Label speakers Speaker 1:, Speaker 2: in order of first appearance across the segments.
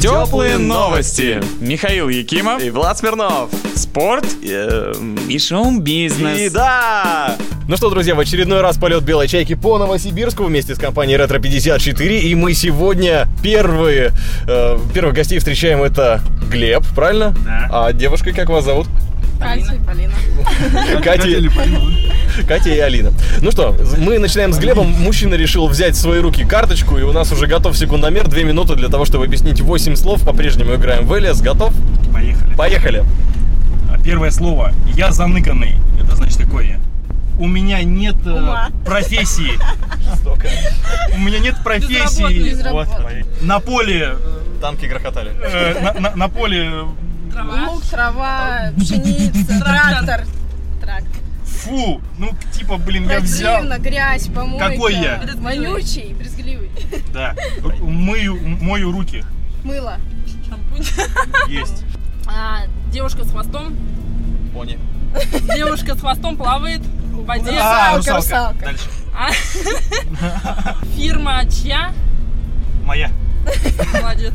Speaker 1: Теплые новости. Михаил Якимов,
Speaker 2: И Влад Смирнов.
Speaker 1: спорт
Speaker 2: Эм,
Speaker 1: э, и шоу-бизнес.
Speaker 2: И да!
Speaker 3: Ну что, друзья, в очередной раз полет белой чайки по Новосибирску вместе с компанией Ретро 54. И мы сегодня первые, э, первых гостей встречаем это Глеб, правильно? Да. А девушкой как вас зовут? Полина. Катя. Катя и Алина. Ну что, мы начинаем с Глебом. Мужчина решил взять в свои руки карточку, и у нас уже готов секундомер. Две минуты для того, чтобы объяснить 8 слов. По-прежнему играем в Элиас. Готов?
Speaker 4: Поехали.
Speaker 3: Поехали.
Speaker 4: А Первое слово. Я заныканный. Это значит такое. У меня нет э, профессии. У меня нет профессии. Вот. На поле.
Speaker 3: Танки грохотали.
Speaker 4: э, на- На на поле.
Speaker 5: Лук, трава, пшеница, трактор. Трактор.
Speaker 4: Фу. Ну, типа, блин, я взял.
Speaker 5: Противно, грязь, помойка.
Speaker 4: Какой я?
Speaker 5: Вонючий, брезгливый.
Speaker 4: Да. Р- Мою, мою руки.
Speaker 5: Мыло.
Speaker 4: Есть.
Speaker 6: А, девушка с хвостом.
Speaker 3: Пони.
Speaker 6: Девушка с хвостом плавает в воде.
Speaker 4: А, русалка.
Speaker 5: Русалка, русалка.
Speaker 4: Дальше.
Speaker 6: А, Фирма чья?
Speaker 4: Моя.
Speaker 6: Молодец.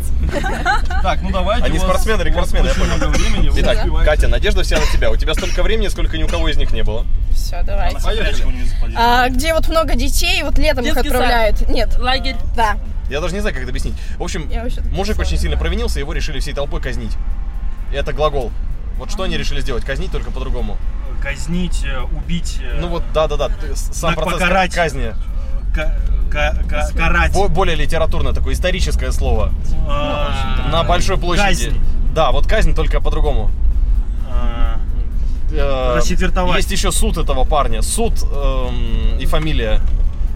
Speaker 4: Так, ну давайте.
Speaker 3: Они
Speaker 4: у вас-
Speaker 3: спортсмены,
Speaker 4: у вас
Speaker 3: рекордсмены, я
Speaker 4: очень
Speaker 3: понял.
Speaker 4: много времени, вы
Speaker 3: Итак,
Speaker 5: Ну
Speaker 4: успеваете.
Speaker 3: Катя, надежда вся на тебя. У тебя столько времени, сколько ни у кого из них не было.
Speaker 5: Все, давайте.
Speaker 4: Она сопрячку не западет.
Speaker 5: А, где вот много детей, вот летом их
Speaker 6: Детский сад.
Speaker 5: отправляют. Нет,
Speaker 6: Лагерь.
Speaker 5: да.
Speaker 3: Я даже не знаю, как это объяснить. В общем,
Speaker 5: Я вообще так
Speaker 3: мужик
Speaker 5: не
Speaker 3: очень
Speaker 5: знаю.
Speaker 3: сильно провинился, его решили всей толпой казнить. Это глагол. Вот что они решили сделать? Казнить только по-другому.
Speaker 4: Казнить, э, убить. э,
Speaker 3: Ну вот, да-да-да, ты- сам
Speaker 4: Так
Speaker 3: процесс
Speaker 4: покарать.
Speaker 3: казни.
Speaker 4: ка- ка- ка- карать.
Speaker 3: Бо- Более литературное такое, историческое слово.
Speaker 5: Ну,
Speaker 4: А,
Speaker 3: На Большой площади.
Speaker 4: казнь.
Speaker 3: Да, вот казнь только по-другому.
Speaker 4: А,
Speaker 3: Э,
Speaker 4: Расчетвертовать.
Speaker 3: Есть еще суд этого парня. Суд эм, и фамилия.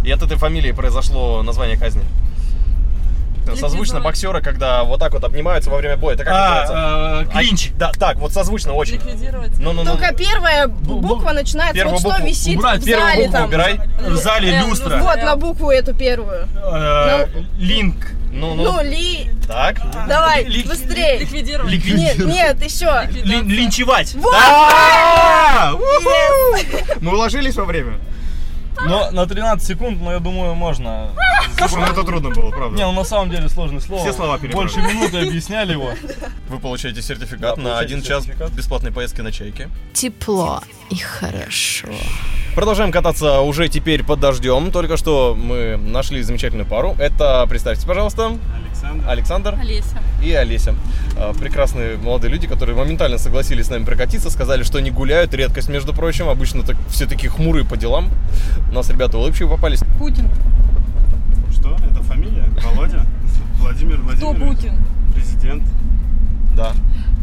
Speaker 3: И от этой фамилии произошло название казни. Созвучно
Speaker 6: Ликвидовать.
Speaker 3: боксера, когда вот так вот обнимаются во время боя. Это как называется?
Speaker 4: А, э, клинч.
Speaker 3: А, да, так, вот созвучно очень.
Speaker 6: Ликвидировать.
Speaker 3: Ну, ну, ну,
Speaker 5: Только первая буква начинается,
Speaker 3: первую
Speaker 5: вот что
Speaker 3: букву
Speaker 5: висит
Speaker 3: убрать,
Speaker 5: в
Speaker 3: первую
Speaker 5: зале
Speaker 3: букву
Speaker 5: там.
Speaker 3: убирай.
Speaker 4: В зале
Speaker 6: Э,
Speaker 4: люстра.
Speaker 5: Вот на букву эту первую.
Speaker 4: Э, Линк.
Speaker 3: Ну, ну,
Speaker 5: Ну, ли,
Speaker 3: так.
Speaker 5: давай,
Speaker 4: Ли-
Speaker 5: быстрее.
Speaker 6: Ликвидировать.
Speaker 5: Нет,
Speaker 4: Ликвидировать.
Speaker 5: нет, еще.
Speaker 4: Лин- Линчевать.
Speaker 3: А, уху! Мы уложились во время?
Speaker 4: Но на 13 секунд, но я думаю, можно.
Speaker 3: Слушай, ну это трудно было,
Speaker 4: Не,
Speaker 3: правда.
Speaker 4: ну на самом деле сложное слово.
Speaker 3: Все слова перепробовали.
Speaker 4: Больше минуты объясняли его.
Speaker 3: Вы получаете сертификат на
Speaker 4: Да, получаете
Speaker 3: один час
Speaker 4: сертификат.
Speaker 3: бесплатной поездки на чайке.
Speaker 7: Тепло и хорошо
Speaker 3: Продолжаем кататься уже теперь под дождем. Только что мы нашли замечательную пару. Это, представьтесь, пожалуйста,
Speaker 4: Александр.
Speaker 3: Александр
Speaker 6: Олеся.
Speaker 3: и Олеся. А, Прекрасные молодые люди, которые моментально согласились с нами прокатиться, сказали, что не гуляют, редкость, между прочим. Обычно так, все такие хмурые по делам. У нас ребята улыбчивые попались.
Speaker 6: Путин.
Speaker 8: Что? Это фамилия? Володя? Владимир
Speaker 6: Кто
Speaker 8: Владимирович?
Speaker 6: Путин?
Speaker 8: Президент.
Speaker 3: Да.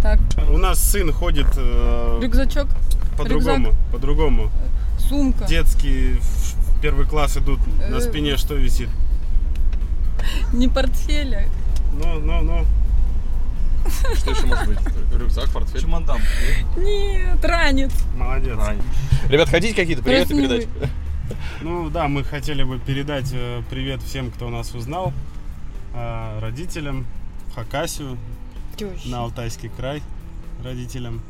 Speaker 6: Так,
Speaker 8: У нас сын ходит э,
Speaker 6: рюкзачок,
Speaker 8: по-другому. По-другому.
Speaker 6: сумка.
Speaker 8: Детские в первый класс идут,
Speaker 6: Э.
Speaker 8: на спине что висит?
Speaker 6: Не портфеля.
Speaker 8: Ну, ну, ну.
Speaker 3: Что еще может быть? Рюкзак, портфель.
Speaker 4: Чемодан.
Speaker 6: Нет, ранец.
Speaker 8: Молодец.
Speaker 3: Ребят, хотите какие-то приветы
Speaker 6: Красивый.
Speaker 3: передать?
Speaker 8: Ну да, мы хотели бы передать э, привет всем, кто нас узнал. э, родителям, в Хакасию, на Алтайский край, родителям.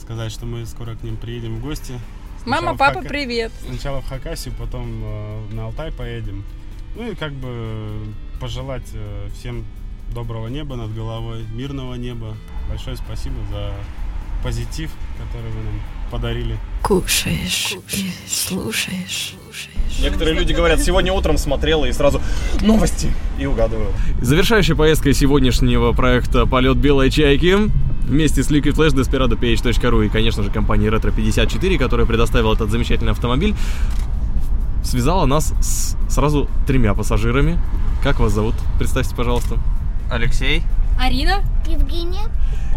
Speaker 8: Сказать, что мы скоро к ним приедем в гости.
Speaker 6: Мама,
Speaker 8: Сначала в
Speaker 6: папа,
Speaker 8: Хака-
Speaker 6: привет.
Speaker 8: Сначала в Хакасию, потом э, на Алтай поедем. Ну и как бы пожелать э, всем доброго неба над головой, мирного неба. Большое спасибо за позитив, который вы нам подарили.
Speaker 7: Кушаешь, и слушаешь
Speaker 3: Некоторые люди говорят, сегодня утром смотрела и сразу новости. И угадываю. Завершающей поездкой сегодняшнего проекта «Полет белой чайки» вместе с Liquid Flash, desperadoph.ru и, конечно же, компанией Retro54, которая предоставила этот замечательный автомобиль, связала нас с сразу тремя пассажирами. Как вас зовут? Представьте, пожалуйста.
Speaker 2: Алексей.
Speaker 6: Арина?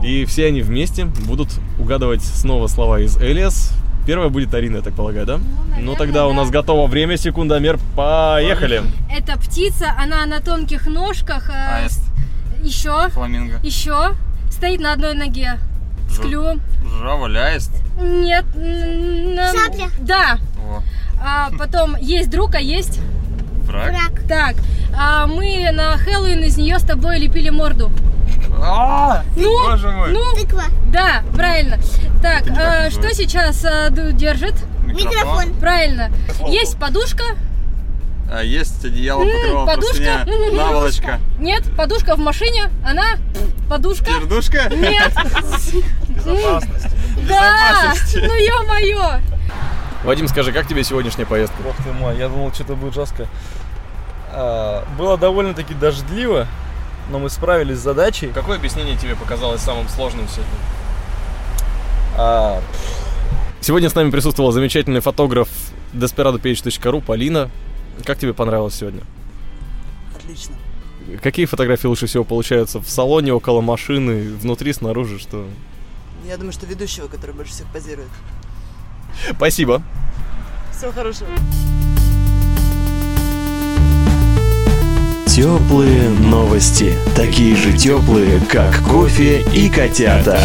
Speaker 3: И все они вместе будут угадывать снова слова из Элиас. Первая будет Арина, я так полагаю, да? Ну, тогда у нас готово время, секундомер, поехали.
Speaker 9: Это птица, она на тонких ножках. э,
Speaker 2: Аист.
Speaker 9: Еще,
Speaker 2: Фламинго.
Speaker 9: еще. Стоит на одной ноге. С
Speaker 2: Жу-
Speaker 9: клювом.
Speaker 2: Журавль. Аист.
Speaker 9: Нет. Шапля. Да.
Speaker 2: Во.
Speaker 9: А, потом есть друг, а есть.
Speaker 2: Враг.
Speaker 9: Так. а мы на Хэллоуин из нее с тобой лепили морду.
Speaker 2: А,
Speaker 9: Ну,
Speaker 2: Боже мой.
Speaker 9: ну, Да, правильно. Так, а, что сейчас а, ду- держит?
Speaker 10: Микрофон.
Speaker 9: Правильно. Есть подушка.
Speaker 10: А, Есть одеяло,
Speaker 9: М,
Speaker 10: покрывало,
Speaker 9: подушка.
Speaker 10: простыня,
Speaker 9: М,
Speaker 10: наволочка.
Speaker 9: Нет, подушка в машине. Она подушка.
Speaker 10: Пердушка?
Speaker 9: Нет. Безопасность. Да. Ну ё-моё.
Speaker 3: Вадим, скажи, как тебе сегодняшняя поездка?
Speaker 4: Ох ты мой, я думал, что-то будет жестко. А, было довольно-таки дождливо, но мы справились с задачей.
Speaker 3: ну Какое объяснение тебе показалось самым сложным сегодня?
Speaker 4: А,
Speaker 3: Сегодня с нами присутствовал замечательный фотограф desperadopage.ru Полина. Как тебе понравилось сегодня?
Speaker 5: Отлично.
Speaker 3: Какие фотографии лучше всего получаются в салоне, около машины, внутри, снаружи, что?
Speaker 5: Я думаю, что ведущего, который больше всех позирует.
Speaker 3: Спасибо.
Speaker 5: Всего хорошего.
Speaker 11: Теплые новости. Такие же теплые, как кофе и котята.